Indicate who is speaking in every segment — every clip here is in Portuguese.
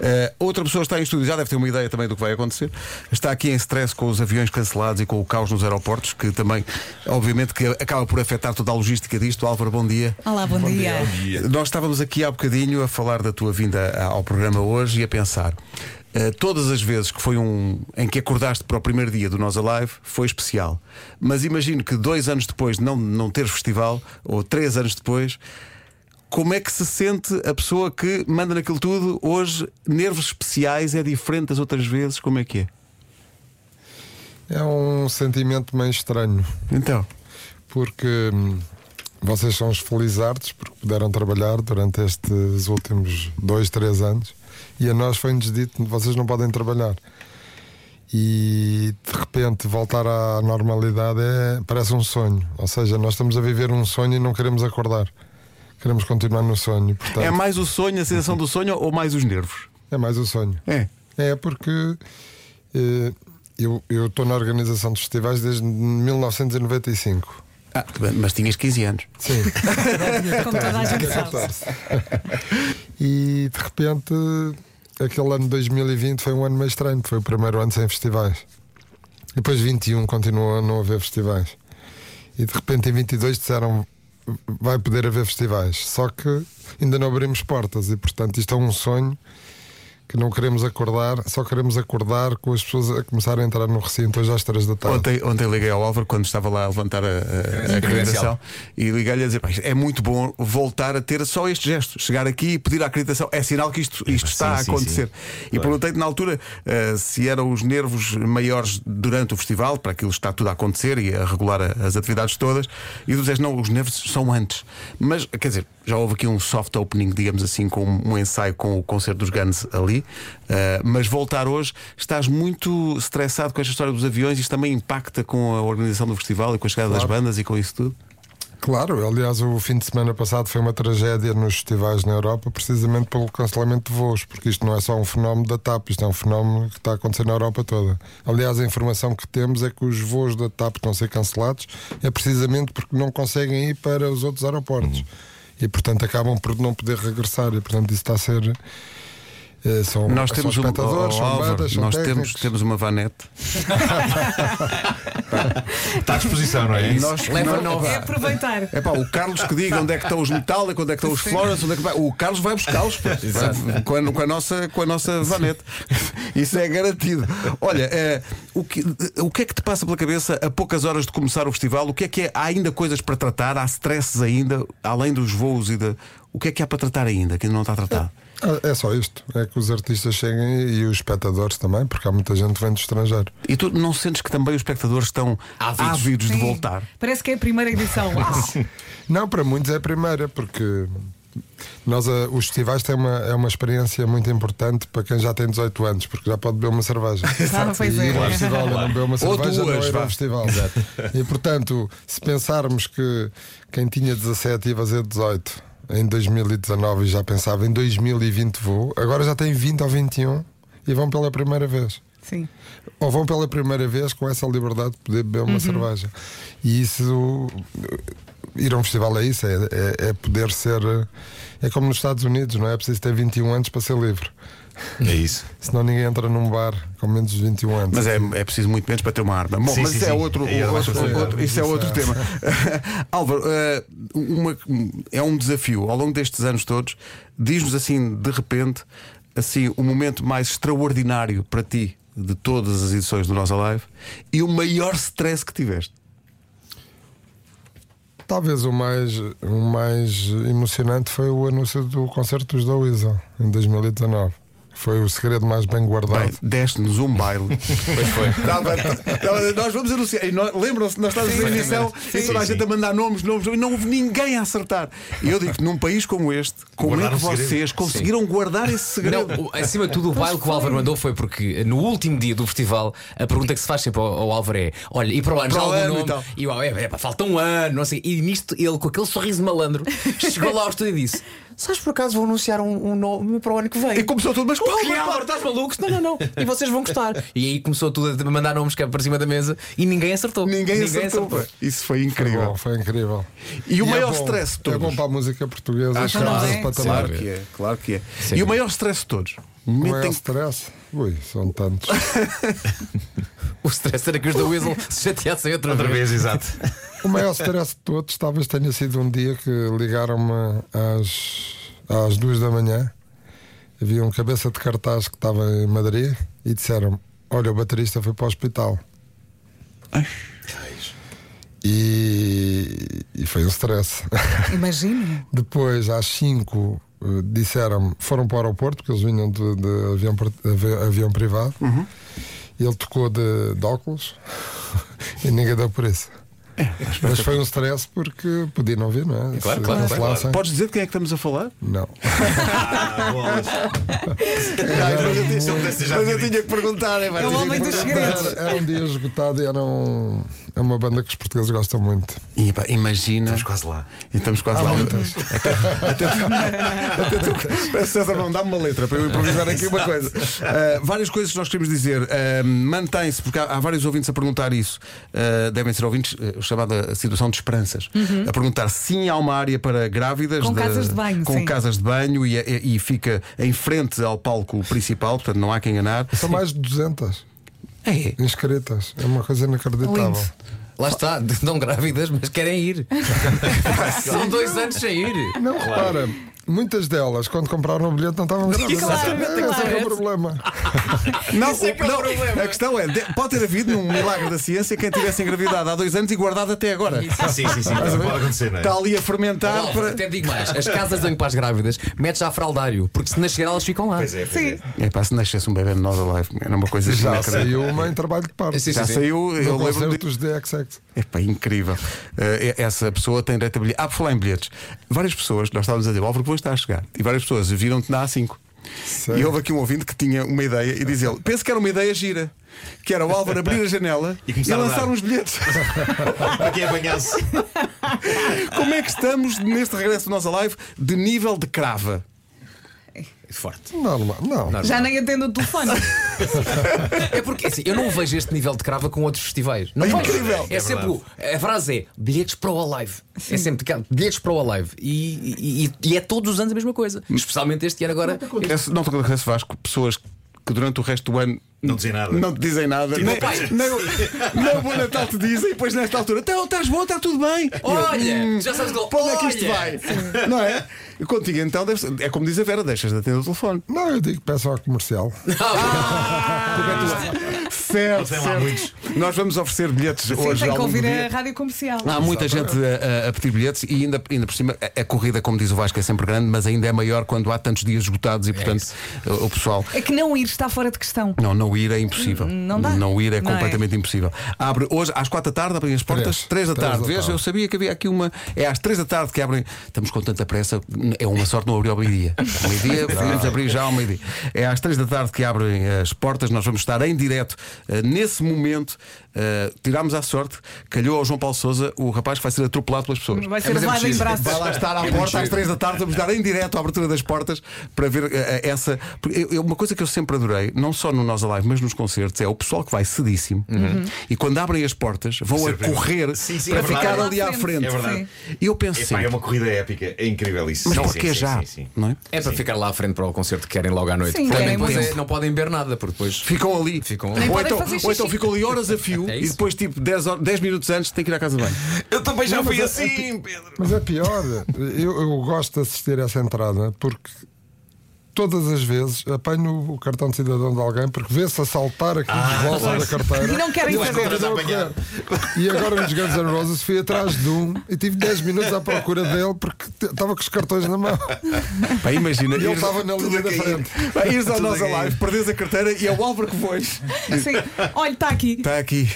Speaker 1: Uh, outra pessoa está em estúdio, já deve ter uma ideia também do que vai acontecer. Está aqui em stress com os aviões cancelados e com o caos nos aeroportos, que também, obviamente, que acaba por afetar toda a logística disto. Álvaro, bom dia.
Speaker 2: Olá, bom, dia.
Speaker 1: Nós estávamos aqui há bocadinho a falar da tua vinda ao programa hoje e a pensar. eh, todas as vezes que foi um em que acordaste para o primeiro dia do Nós Alive foi especial. Mas imagino que dois anos depois de não, não ter festival, ou três anos depois, como é que se sente a pessoa que manda naquilo tudo hoje? Nervos especiais é diferente das outras vezes? Como é que é?
Speaker 3: É um sentimento meio estranho,
Speaker 1: Então,
Speaker 3: porque hum, vocês são os felizardos porque puderam trabalhar durante estes últimos dois, três anos e a nós foi-nos dito vocês não podem trabalhar. E de repente voltar à normalidade é, parece um sonho. Ou seja, nós estamos a viver um sonho e não queremos acordar. Queremos continuar no sonho. Portanto,
Speaker 1: é mais o sonho, a sensação do sonho ou mais os nervos?
Speaker 3: é mais o sonho.
Speaker 1: É.
Speaker 3: É porque eh, eu eu estou na organização dos festivais desde 1995.
Speaker 1: Ah, bem, mas tinhas 15 anos.
Speaker 3: Sim.
Speaker 2: Como toda a gente sabe.
Speaker 3: 14. e de repente aquele ano de 2020 foi um ano meio estranho, foi o primeiro ano sem festivais. E depois 21 continuou a não haver festivais. E de repente em 22 disseram vai poder haver festivais, só que ainda não abrimos portas e portanto isto é um sonho que não queremos acordar, só queremos acordar com as pessoas a começarem a entrar no recinto hoje às 3 da tarde.
Speaker 1: Ontem, ontem liguei ao Álvaro quando estava lá a levantar a, a- a, acreditação e liguei-lhe a dizer: "Pá, isto é muito bom voltar a ter só este gesto, chegar aqui e pedir a acreditação. É sinal que isto, isto
Speaker 4: Sim,
Speaker 1: está
Speaker 4: sim,
Speaker 1: a acontecer. E perguntei-te na altura eh, se eram os nervos maiores durante o festival, para aquilo está tudo a acontecer e a regular a- as atividades todas, e tu dizes: não, os nervos são antes. Mas, quer dizer, já houve aqui um soft opening, digamos assim, com um ensaio com o concerto dos Guns ali, eh, mas voltar hoje, estás muito estressado com esta história dos aviões, isto também impacta com a organização do festival e com a chegada das bandas e com isso tudo.
Speaker 3: Claro, aliás, o fim de semana passado foi uma tragédia nos festivais na Europa, precisamente pelo cancelamento de voos, porque isto não é só um fenómeno da TAP, isto é um fenómeno que está a acontecer na Europa toda. Aliás, a informação que temos é que os voos da TAP estão a ser cancelados, é precisamente porque não conseguem ir para os outros aeroportos. E, portanto, acabam por não poder regressar, e, portanto, isso está a ser. eh, São,
Speaker 1: Nós
Speaker 3: são
Speaker 1: temos um-
Speaker 3: espectadores,
Speaker 1: oh,
Speaker 3: são
Speaker 1: Álvaro,
Speaker 3: bandas, são
Speaker 1: nós temos,
Speaker 3: técnicos.
Speaker 1: temos uma vanete.
Speaker 3: Tá
Speaker 4: Está à disposição, não é?
Speaker 1: E
Speaker 4: isso?
Speaker 1: nós,
Speaker 2: Não,
Speaker 1: nós-
Speaker 2: É aproveitar.
Speaker 1: É pá, o Carlos que diga onde é que estão os Metallica, onde é que estão os Florence, onde é que vai. O Carlos vai buscá-los pá. Vai- com, a, com a nossa, com a nossa vanete. Isso é garantido. Olha, eh, o, que, o que é que te passa pela cabeça a poucas horas de começar o festival? O que é que é? Há ainda coisas para tratar? Há stresses ainda, além dos voos e da. O que é que há para tratar ainda, que ainda não está tratado?
Speaker 3: Ah, É só isto, é que os artistas cheguem e os espectadores também, porque há muita gente que vem do estrangeiro.
Speaker 1: E tu não sentes que também os espectadores estão ávidos,
Speaker 4: Ávidos.
Speaker 1: de
Speaker 2: Sim.
Speaker 1: voltar?
Speaker 2: Parece que é a primeira edição. Ah, Uau.
Speaker 3: Não, para muitos é a primeira, porque nós, ah, os festivais têm uma, é uma experiência muito importante para quem já tem 18 anos, porque já pode beber uma cerveja.
Speaker 2: Ah, pois
Speaker 3: E ir ao
Speaker 2: é.
Speaker 3: festival e não beber uma
Speaker 1: Ou
Speaker 3: cerveja
Speaker 1: duas,
Speaker 3: não era
Speaker 1: vá.
Speaker 3: um festival. E portanto, se pensarmos que quem tinha 17 ia fazer 18 em 2019 e já pensava em 2020 vou, agora já tem 20 ou 21 e vão pela primeira vez.
Speaker 2: Sim.
Speaker 3: Ou vão pela primeira vez com essa liberdade de poder beber uma
Speaker 2: Uhum.
Speaker 3: cerveja. E isso. Ir a um festival é isso, é, é- é poder ser. É como nos Estados Unidos, não é? É preciso ter 21 anos para ser livre.
Speaker 4: É isso.
Speaker 3: Senão ninguém entra num bar com menos de 21 anos.
Speaker 1: Mas é, é preciso muito menos para ter uma arma. Bom,
Speaker 4: Sim,
Speaker 1: mas
Speaker 4: sim,
Speaker 1: isso é
Speaker 4: sim.
Speaker 1: outro,
Speaker 4: É outra
Speaker 1: outro-
Speaker 4: coisa.
Speaker 1: outro- isso é outro tema. Álvaro, eh, uma- é um desafio ao longo destes anos todos. Diz-nos assim, de repente, assim, o momento mais extraordinário para ti de todas as edições do Nossa Live e o maior stress que tiveste.
Speaker 3: Talvez o mais, o mais emocionante foi o anúncio do concerto dos da Weasel em 2019. Foi o segredo mais bem guardado.
Speaker 1: Bem, deste-nos um baile. Pois foi. nós vamos anunciar. E nós- Lembram-se, nós estávamos na emissão e toda a gente a mandar nomes, nomes, e não houve ninguém a acertar. E eu digo que num país como este, como é que
Speaker 4: Guardaram o segredo.
Speaker 1: vocês conseguiram guardar esse segredo?
Speaker 5: Não, o- acima de tudo, o baile que o Álvaro mandou foi porque no último dia do festival a pergunta que se faz sempre ao, ao Álvaro é: olha, e para o ano
Speaker 1: Para
Speaker 5: já
Speaker 1: o
Speaker 5: algum
Speaker 1: ano então. e
Speaker 5: nome?
Speaker 1: tal.
Speaker 5: E, o Álvaro, é, é, pá, falta um ano, não sei. E nisto ele, com aquele sorriso malandro, chegou lá ao estúdio e disse: Sabes por acaso vou anunciar um, um nome para o ano que vem?
Speaker 1: E começou tudo, mas qual é
Speaker 5: E Álvaro, estás maluco? Não, não, não. E vocês vão gostar. E aí começou tudo a mandar nomes cá para cima da mesa e ninguém acertou.
Speaker 1: Ninguém acertou. pá. Isso foi
Speaker 3: Foi
Speaker 1: incrível.
Speaker 3: É bom, foi incrível.
Speaker 1: E o
Speaker 3: é
Speaker 1: maior
Speaker 3: bom,
Speaker 1: stress de
Speaker 3: É
Speaker 1: todos.
Speaker 3: bom para a música portuguesa.
Speaker 1: Ah,
Speaker 3: chegar a
Speaker 2: claro,
Speaker 3: esse
Speaker 2: sim.
Speaker 3: patamar.
Speaker 1: Claro que é, claro que é.
Speaker 5: Sim.
Speaker 1: E o maior stress de todos? momento
Speaker 3: Não é
Speaker 1: em
Speaker 3: o
Speaker 1: que-
Speaker 3: stress? Ui, são tantos.
Speaker 5: O stress era que os da Weasel se chateassem outra,
Speaker 4: Outra
Speaker 5: vez.
Speaker 4: vez, exato.
Speaker 3: O maior stress de todos talvez tenha sido um dia que ligaram-me às, às duas da manhã. Havia um cabeça de cartaz que estava em Madrid e disseram Olha, o baterista foi para o hospital. E, e foi um stress.
Speaker 2: Imagino.
Speaker 3: Depois, às 5, disseram-me, foram para o aeroporto, porque eles vinham de, de avião, pri- avi- avião privado. Ele tocou de, de óculos e ninguém deu por isso. Mas foi um stress porque podia não vir, não é?
Speaker 4: Claro,
Speaker 3: Se
Speaker 4: claro,
Speaker 3: não
Speaker 4: claro,
Speaker 3: falassem,
Speaker 1: Podes dizer de quem é que estamos a falar?
Speaker 3: Não.
Speaker 4: Ah, bolas.
Speaker 1: mas
Speaker 4: Se ele pudesse, já tinha dito.
Speaker 1: que perguntar, é, vai
Speaker 2: É o homem dos segredos.
Speaker 3: Era, era um dia esgotado e era um, é uma banda que os portugueses gostam muito.
Speaker 1: E, pá, imagina.
Speaker 4: Estamos quase lá.
Speaker 1: E estamos quase lá. Até- até- César, não dá-me uma letra para eu improvisar aqui uma coisa. Ah, várias coisas que nós queremos dizer. Ah, Mantém-se, porque há, há vários ouvintes a perguntar isso. Ah, devem ser ouvintes, eh, chamada situação de esperanças.
Speaker 5: Uhum.
Speaker 1: A perguntar sim há uma área para grávidas.
Speaker 2: Com casas de banho,
Speaker 1: Com
Speaker 2: sim.
Speaker 1: casas de banho e, e- e fica em frente ao palco principal, portanto não há quem enganar.
Speaker 3: São mais de 200
Speaker 1: É.
Speaker 3: inscritas. É uma coisa inacreditável.
Speaker 2: Lindo.
Speaker 5: Lá está, estão grávidas, mas querem ir. São dois anos sem ir.
Speaker 3: Não, repara, muitas delas, quando compraram o bilhete, não estavam grávidas.
Speaker 2: Exatamente,
Speaker 3: Esse é que é
Speaker 2: claro.
Speaker 3: o problema.
Speaker 1: Não,
Speaker 5: Isso é que é o
Speaker 1: não,
Speaker 5: problema.
Speaker 1: a questão é: de- pode ter havido um milagre da ciência quem tivesse engravidado há dois anos e guardado até agora.
Speaker 4: Ah, sim, sim, sim. Pode acontecer, não é?
Speaker 1: Está ali a fermentar
Speaker 5: Não,
Speaker 1: para.
Speaker 5: Até digo mais: as casas de banho para as grávidas metes já a fraldário, porque se nascer elas ficam lá.
Speaker 4: Pois é, pois é.
Speaker 2: Sim.
Speaker 1: É pá, se nascesse um bebê no Nós Alive, era uma coisa
Speaker 3: Já
Speaker 1: inacreditável.
Speaker 3: saiu uma em trabalho de parte.
Speaker 5: Sim, sim,
Speaker 1: Já
Speaker 5: sim.
Speaker 1: saiu, eu
Speaker 3: No
Speaker 1: lembro de...
Speaker 3: concerto dos DXX.
Speaker 1: Epá, incrível. Eh, essa pessoa tem direito a bilhetes. Ah, por falar em bilhetes. Várias pessoas, nós estávamos a dizer, Álvaro, depois está a chegar. E várias pessoas viram-te na A5.
Speaker 3: Sério?
Speaker 1: E houve aqui um ouvinte que tinha uma ideia e diz ele: penso que era uma ideia gira, que era o Álvaro abrir a janela
Speaker 4: E
Speaker 1: e,
Speaker 4: começar a
Speaker 1: lançar
Speaker 4: dar.
Speaker 1: uns bilhetes.
Speaker 4: Para quem apanhasse.
Speaker 1: Como é que estamos neste regresso do Nós Alive de nível de crava?
Speaker 5: Forte.
Speaker 3: Normal, não.
Speaker 2: Já nem atendo o telefone.
Speaker 5: É porque assim, eu não vejo este nível de crava com outros festivais. Não
Speaker 1: É
Speaker 5: vejo.
Speaker 1: incrível.
Speaker 5: É,
Speaker 4: É
Speaker 5: sempre
Speaker 4: verdade.
Speaker 5: o- a frase é bilhetes para o Alive. É sempre cá, bilhetes para o Alive. E, e- e- e é todos os anos a mesma coisa. Especialmente este ano agora.
Speaker 1: é Acontece, não te acontece, Vasco, pessoas que durante o resto do ano.
Speaker 4: Não dizem nada. Tipo,
Speaker 1: Não te dizem nada.
Speaker 4: não
Speaker 1: Nem,
Speaker 4: pai.
Speaker 1: nem, nem o Bom Natal te dizem, e depois nesta altura, então estás bom, está tudo bem. E eu,
Speaker 5: Olha,
Speaker 1: "Hum,
Speaker 5: já sabes logo,
Speaker 1: Para onde é que isto
Speaker 5: olha."
Speaker 1: vai? Não é? E Contigo então, deve ser- é como diz a Vera, deixas de atender o telefone.
Speaker 3: Não, eu digo peço ao comercial.
Speaker 1: Certo,
Speaker 4: Ah! tem lá muitos.
Speaker 1: Nós vamos oferecer bilhetes
Speaker 2: Sim,
Speaker 1: hoje
Speaker 2: tem
Speaker 1: ao
Speaker 2: que
Speaker 1: longo do
Speaker 2: ouvir
Speaker 1: dia.
Speaker 2: a rádio comercial.
Speaker 1: Há muita gente a, a- a pedir bilhetes e ainda, ainda por cima a, a corrida, como diz o Vasco, é sempre grande, mas ainda é maior quando há tantos dias
Speaker 4: É
Speaker 1: esgotados e, portanto,
Speaker 5: isso.
Speaker 1: o o pessoal.
Speaker 2: É que não ir está fora de questão.
Speaker 1: Não, não ir é impossível.
Speaker 2: Não dá.
Speaker 1: Não ir é
Speaker 2: Não é?
Speaker 1: completamente impossível. Abre hoje às 4 da tarde, abrem as portas.
Speaker 3: Três.
Speaker 1: 3 da
Speaker 3: Três
Speaker 1: tarde.
Speaker 3: da
Speaker 1: Veja,
Speaker 3: tarde.
Speaker 1: eu sabia que havia aqui uma. É às 3 da tarde que abrem. Estamos com tanta pressa, é uma sorte não abrir ao meio-dia. Ao meio-dia, podemos abrir já ao meio-dia. É às 3 da tarde que abrem as portas. Nós vamos estar em direto eh, nesse momento. eh, tirámos à sorte, calhou ao João Paulo Souza o rapaz que vai ser atropelado pelas pessoas.
Speaker 2: Vai
Speaker 5: É,
Speaker 2: ser
Speaker 5: mas é
Speaker 2: levado em
Speaker 5: preciso.
Speaker 2: braços. É
Speaker 1: Vai lá estar à porta às três da tarde, vamos dar em direto a abertura das portas para ver eh, eh, essa. porque eu- eu- uma coisa que eu sempre adorei, não só no Nós Alive, mas nos concertos, é o pessoal que vai cedíssimo
Speaker 4: Uhum.
Speaker 1: e quando abrem as portas vão a
Speaker 4: Surpresa.
Speaker 1: correr
Speaker 4: é Sim, sim,
Speaker 1: para
Speaker 4: é verdade.
Speaker 1: ficar ali à frente.
Speaker 4: É verdade.
Speaker 1: E eu penso
Speaker 4: Epá,
Speaker 1: sempre,
Speaker 4: é uma corrida épica, é incrível isso.
Speaker 1: mas
Speaker 4: Sim,
Speaker 1: porque
Speaker 4: sim,
Speaker 1: já?
Speaker 4: Sim, sim, sim.
Speaker 1: Não é?
Speaker 5: É para ficar lá à frente para o concerto que querem logo à noite.
Speaker 2: Sim,
Speaker 5: Porque
Speaker 2: querem
Speaker 5: depois
Speaker 2: muito.
Speaker 5: é- não podem beber nada, porque depois.
Speaker 1: Ficam ali.
Speaker 5: Ficam
Speaker 1: ou,
Speaker 5: ali.
Speaker 2: podem
Speaker 1: então,
Speaker 2: fazer
Speaker 1: ou então
Speaker 2: xixi.
Speaker 1: ficam ali horas a fio
Speaker 5: É
Speaker 1: e
Speaker 5: isso.
Speaker 1: depois, tipo, 10, horas- 10 minutos antes, tem que ir à casa de banho.
Speaker 4: Eu também já fui
Speaker 3: é-
Speaker 4: assim, Pedro.
Speaker 3: Mas é pior. Eu, eu gosto de assistir a essa entrada porque todas as vezes apanho o cartão de cidadão de alguém porque vê-se assaltar aquilo de volta da carteira.
Speaker 2: E não querem
Speaker 4: Vais
Speaker 2: saber.
Speaker 4: comprar a apanhar.
Speaker 3: E agora nos Guns N' Roses fui atrás de um e tive 10 minutos à procura dele porque t- estava com os cartões na mão.
Speaker 1: Pá, imagina.
Speaker 3: E ele
Speaker 1: ires-
Speaker 3: estava na
Speaker 4: tudo
Speaker 3: linha
Speaker 4: a
Speaker 3: da
Speaker 4: cair.
Speaker 3: frente.
Speaker 1: Pá, Ires ao
Speaker 4: Tudo a
Speaker 1: Nós
Speaker 4: cair.
Speaker 1: Alive, perdes a carteira e é o Álvaro que vais.
Speaker 2: Sim. Assim, Olha, está aqui.
Speaker 1: Está Tá aqui.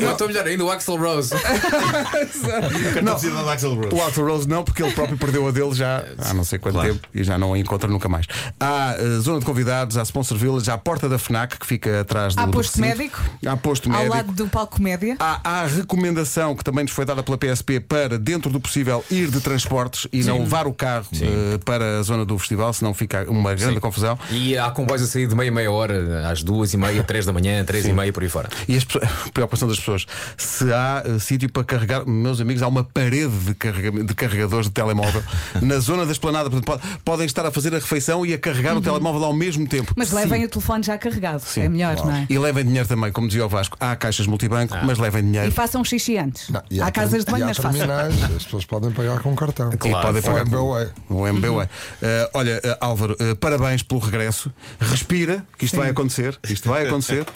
Speaker 5: Não, estou melhor ainda, o Axel Rose.
Speaker 4: Cartão de cidadão de Axel Rose.
Speaker 1: O Axel Rose não, porque ele próprio perdeu a dele já há não sei quanto
Speaker 4: Claro.
Speaker 1: tempo e já não a encontra nunca mais. Há eh, zona de convidados, há Sponsor Village, há Porta da FNAC, que fica atrás do.
Speaker 2: Há
Speaker 1: do
Speaker 2: posto
Speaker 1: recinto.
Speaker 2: médico?
Speaker 1: Há posto
Speaker 2: Ao
Speaker 1: médico.
Speaker 2: lado do palco média.
Speaker 1: Há, há a recomendação que também nos foi dada pela PSP para, dentro do possível, ir de transportes e não levar o carro eh, para a zona do festival, senão fica uma grande confusão.
Speaker 5: E há comboios a sair de meia, meia hora, às duas e meia, três da manhã, três e meia, por aí fora.
Speaker 1: E as pessoas- a preocupação das pessoas: se há eh, sítio para carregar, meus amigos, há uma parede de, carrega- de carregadores de telemóvel na zona da esplanada. Portanto, po- podem estar a fazer a refeição e a carregar o telemóvel ao mesmo tempo.
Speaker 2: Uhum. Mas
Speaker 1: Sim.
Speaker 2: levem o telefone já carregado.
Speaker 1: Sim.
Speaker 2: É melhor, não é? Ah.
Speaker 1: E levem dinheiro também, como dizia o Vasco. Há caixas multibanco, mas levem dinheiro.
Speaker 2: E façam um xixi antes.
Speaker 3: Não, e
Speaker 2: há casas de
Speaker 3: e
Speaker 2: banho, é
Speaker 3: há
Speaker 2: mas façam.
Speaker 3: terminais, as pessoas podem pagar com cartão.
Speaker 1: E podem
Speaker 3: Ou
Speaker 1: pagar com-
Speaker 3: MBWay.
Speaker 1: O MBWay.
Speaker 2: Uhum.
Speaker 1: Eh, olha, eh, Álvaro, eh, parabéns pelo regresso. Respira, que isto vai acontecer. Isto vai acontecer.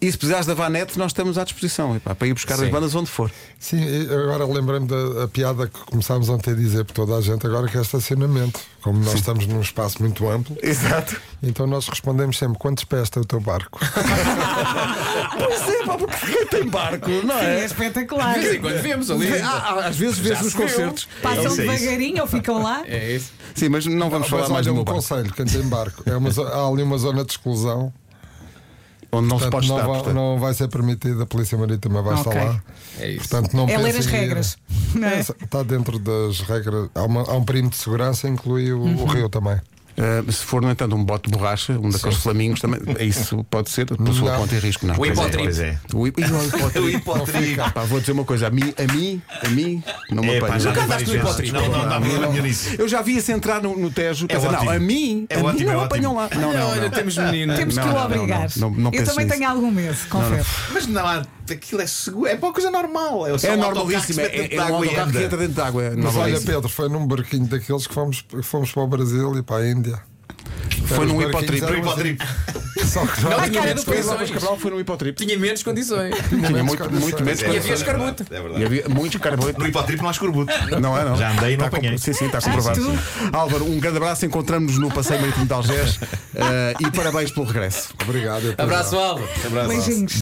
Speaker 1: e se precisares da Vanete, nós estamos à disposição epá, para ir buscar as
Speaker 5: Sim.
Speaker 1: bandas onde for.
Speaker 3: Sim, e agora lembrei-me da a piada que começámos ontem a dizer por toda a gente agora que é estacionamento. Como nós estamos num espaço muito amplo,
Speaker 1: Exato.
Speaker 3: então nós respondemos sempre quantos pés tem o teu barco?
Speaker 1: Pois é, pá, porque quem tem barco, não
Speaker 2: Sim, é
Speaker 1: é?
Speaker 2: espetacular.
Speaker 5: De vez em quando vemos ali.
Speaker 1: Vê- há- há- às vezes vês
Speaker 5: Já
Speaker 1: nos
Speaker 5: se viu.
Speaker 1: concertos.
Speaker 2: Passam
Speaker 4: isso, é isso.
Speaker 2: devagarinho ou ficam lá.
Speaker 5: É isso.
Speaker 1: Sim, mas não vamos falar
Speaker 3: Mas
Speaker 1: mais
Speaker 3: olha,
Speaker 1: do meu
Speaker 3: um
Speaker 1: barco.
Speaker 3: conselho, quem tem barco. É uma zo- há ali uma zona de exclusão.
Speaker 1: Onde não se
Speaker 3: Portanto,
Speaker 1: pode
Speaker 3: não,
Speaker 1: estar.
Speaker 3: vai,
Speaker 1: portanto.
Speaker 3: não vai ser permitido, a Polícia Marítima vai
Speaker 2: Ok.
Speaker 3: estar lá.
Speaker 5: É isso.
Speaker 3: Portanto, não
Speaker 2: É ler
Speaker 3: pensem
Speaker 2: as
Speaker 3: em ir.
Speaker 2: regras. não é?
Speaker 3: Está dentro das regras. Há, uma- há um perímetro de segurança, inclui o,
Speaker 2: Uhum.
Speaker 3: o rio também.
Speaker 1: Eh, se for, no entanto, um bote de borracha, um daqueles flamingos também, isso pode ser, por sua
Speaker 3: Não.
Speaker 1: conta e risco, não.
Speaker 5: O
Speaker 4: Pois é,
Speaker 5: hipótrip.
Speaker 4: pois é.
Speaker 1: O hip- e o hipótrip.
Speaker 4: O hipótrip.
Speaker 1: Ah, pá, vou dizer uma coisa, a mim, a mim, a mim, não me
Speaker 4: É, pá,
Speaker 1: apanho.
Speaker 4: já vi
Speaker 1: Nunca
Speaker 4: várias
Speaker 5: andaste no
Speaker 4: vezes.
Speaker 5: hipótrip.
Speaker 4: Não, não, dá problema nisso.
Speaker 1: Eu já vi-se entrar no, no Tejo.
Speaker 4: É
Speaker 1: quer dizer, não,
Speaker 4: ótimo.
Speaker 1: a mim,
Speaker 4: É
Speaker 1: a mim
Speaker 4: ótimo,
Speaker 1: não
Speaker 4: é ótimo.
Speaker 1: apanham lá. Não, não,
Speaker 5: Olha,
Speaker 1: não.
Speaker 5: temos menino.
Speaker 2: Temos
Speaker 1: Não,
Speaker 2: que o
Speaker 1: não, não,
Speaker 2: obrigar.
Speaker 1: não, não, não
Speaker 2: Eu
Speaker 1: penso
Speaker 2: também
Speaker 1: nisso.
Speaker 2: tenho algum medo, confesso.
Speaker 4: Mas não há. Aquilo é seguro. É uma coisa normal. É, só
Speaker 1: É
Speaker 4: um
Speaker 1: normalíssimo.
Speaker 4: autocarro que se mete
Speaker 1: É, é
Speaker 4: dentro de
Speaker 1: um
Speaker 4: água e
Speaker 1: autocarro que
Speaker 4: anda.
Speaker 1: entra dentro de água. é
Speaker 3: Mas olha,
Speaker 1: normalíssimo.
Speaker 3: Pedro, foi num barquinho daqueles que fomos, que fomos para o Brasil e para a Índia.
Speaker 1: Foi num
Speaker 3: Os barquinhos
Speaker 1: hipotrip.
Speaker 3: eram
Speaker 4: No hipótrip.
Speaker 3: assim. Só que já tinha
Speaker 5: Não, tinha
Speaker 2: cara
Speaker 5: menos
Speaker 2: do Pedro
Speaker 5: condições.
Speaker 1: Cabral foi num hipotrip.
Speaker 5: Tinha menos condições.
Speaker 1: Tinha
Speaker 3: menos
Speaker 1: muito,
Speaker 3: condições.
Speaker 1: muito menos
Speaker 4: É,
Speaker 5: E
Speaker 4: é
Speaker 5: havia
Speaker 1: condições.
Speaker 4: verdade,
Speaker 5: escarmuta.
Speaker 4: É
Speaker 1: E
Speaker 4: verdade.
Speaker 1: havia muitos
Speaker 4: No
Speaker 1: carboidratos.
Speaker 4: hipótrip não há escorbuto.
Speaker 1: Não é, não.
Speaker 4: Já andei e não
Speaker 1: Está
Speaker 4: apanhei.
Speaker 1: com- Sim, sim, está comprovado.
Speaker 2: tu?
Speaker 1: Álvaro, um grande abraço. Encontramos-nos no Passeio Marítimo de Algés eh, e parabéns pelo regresso.
Speaker 3: Obrigado. até já.
Speaker 5: Abraço, Alba.
Speaker 4: Abraço.
Speaker 2: Beijinhos.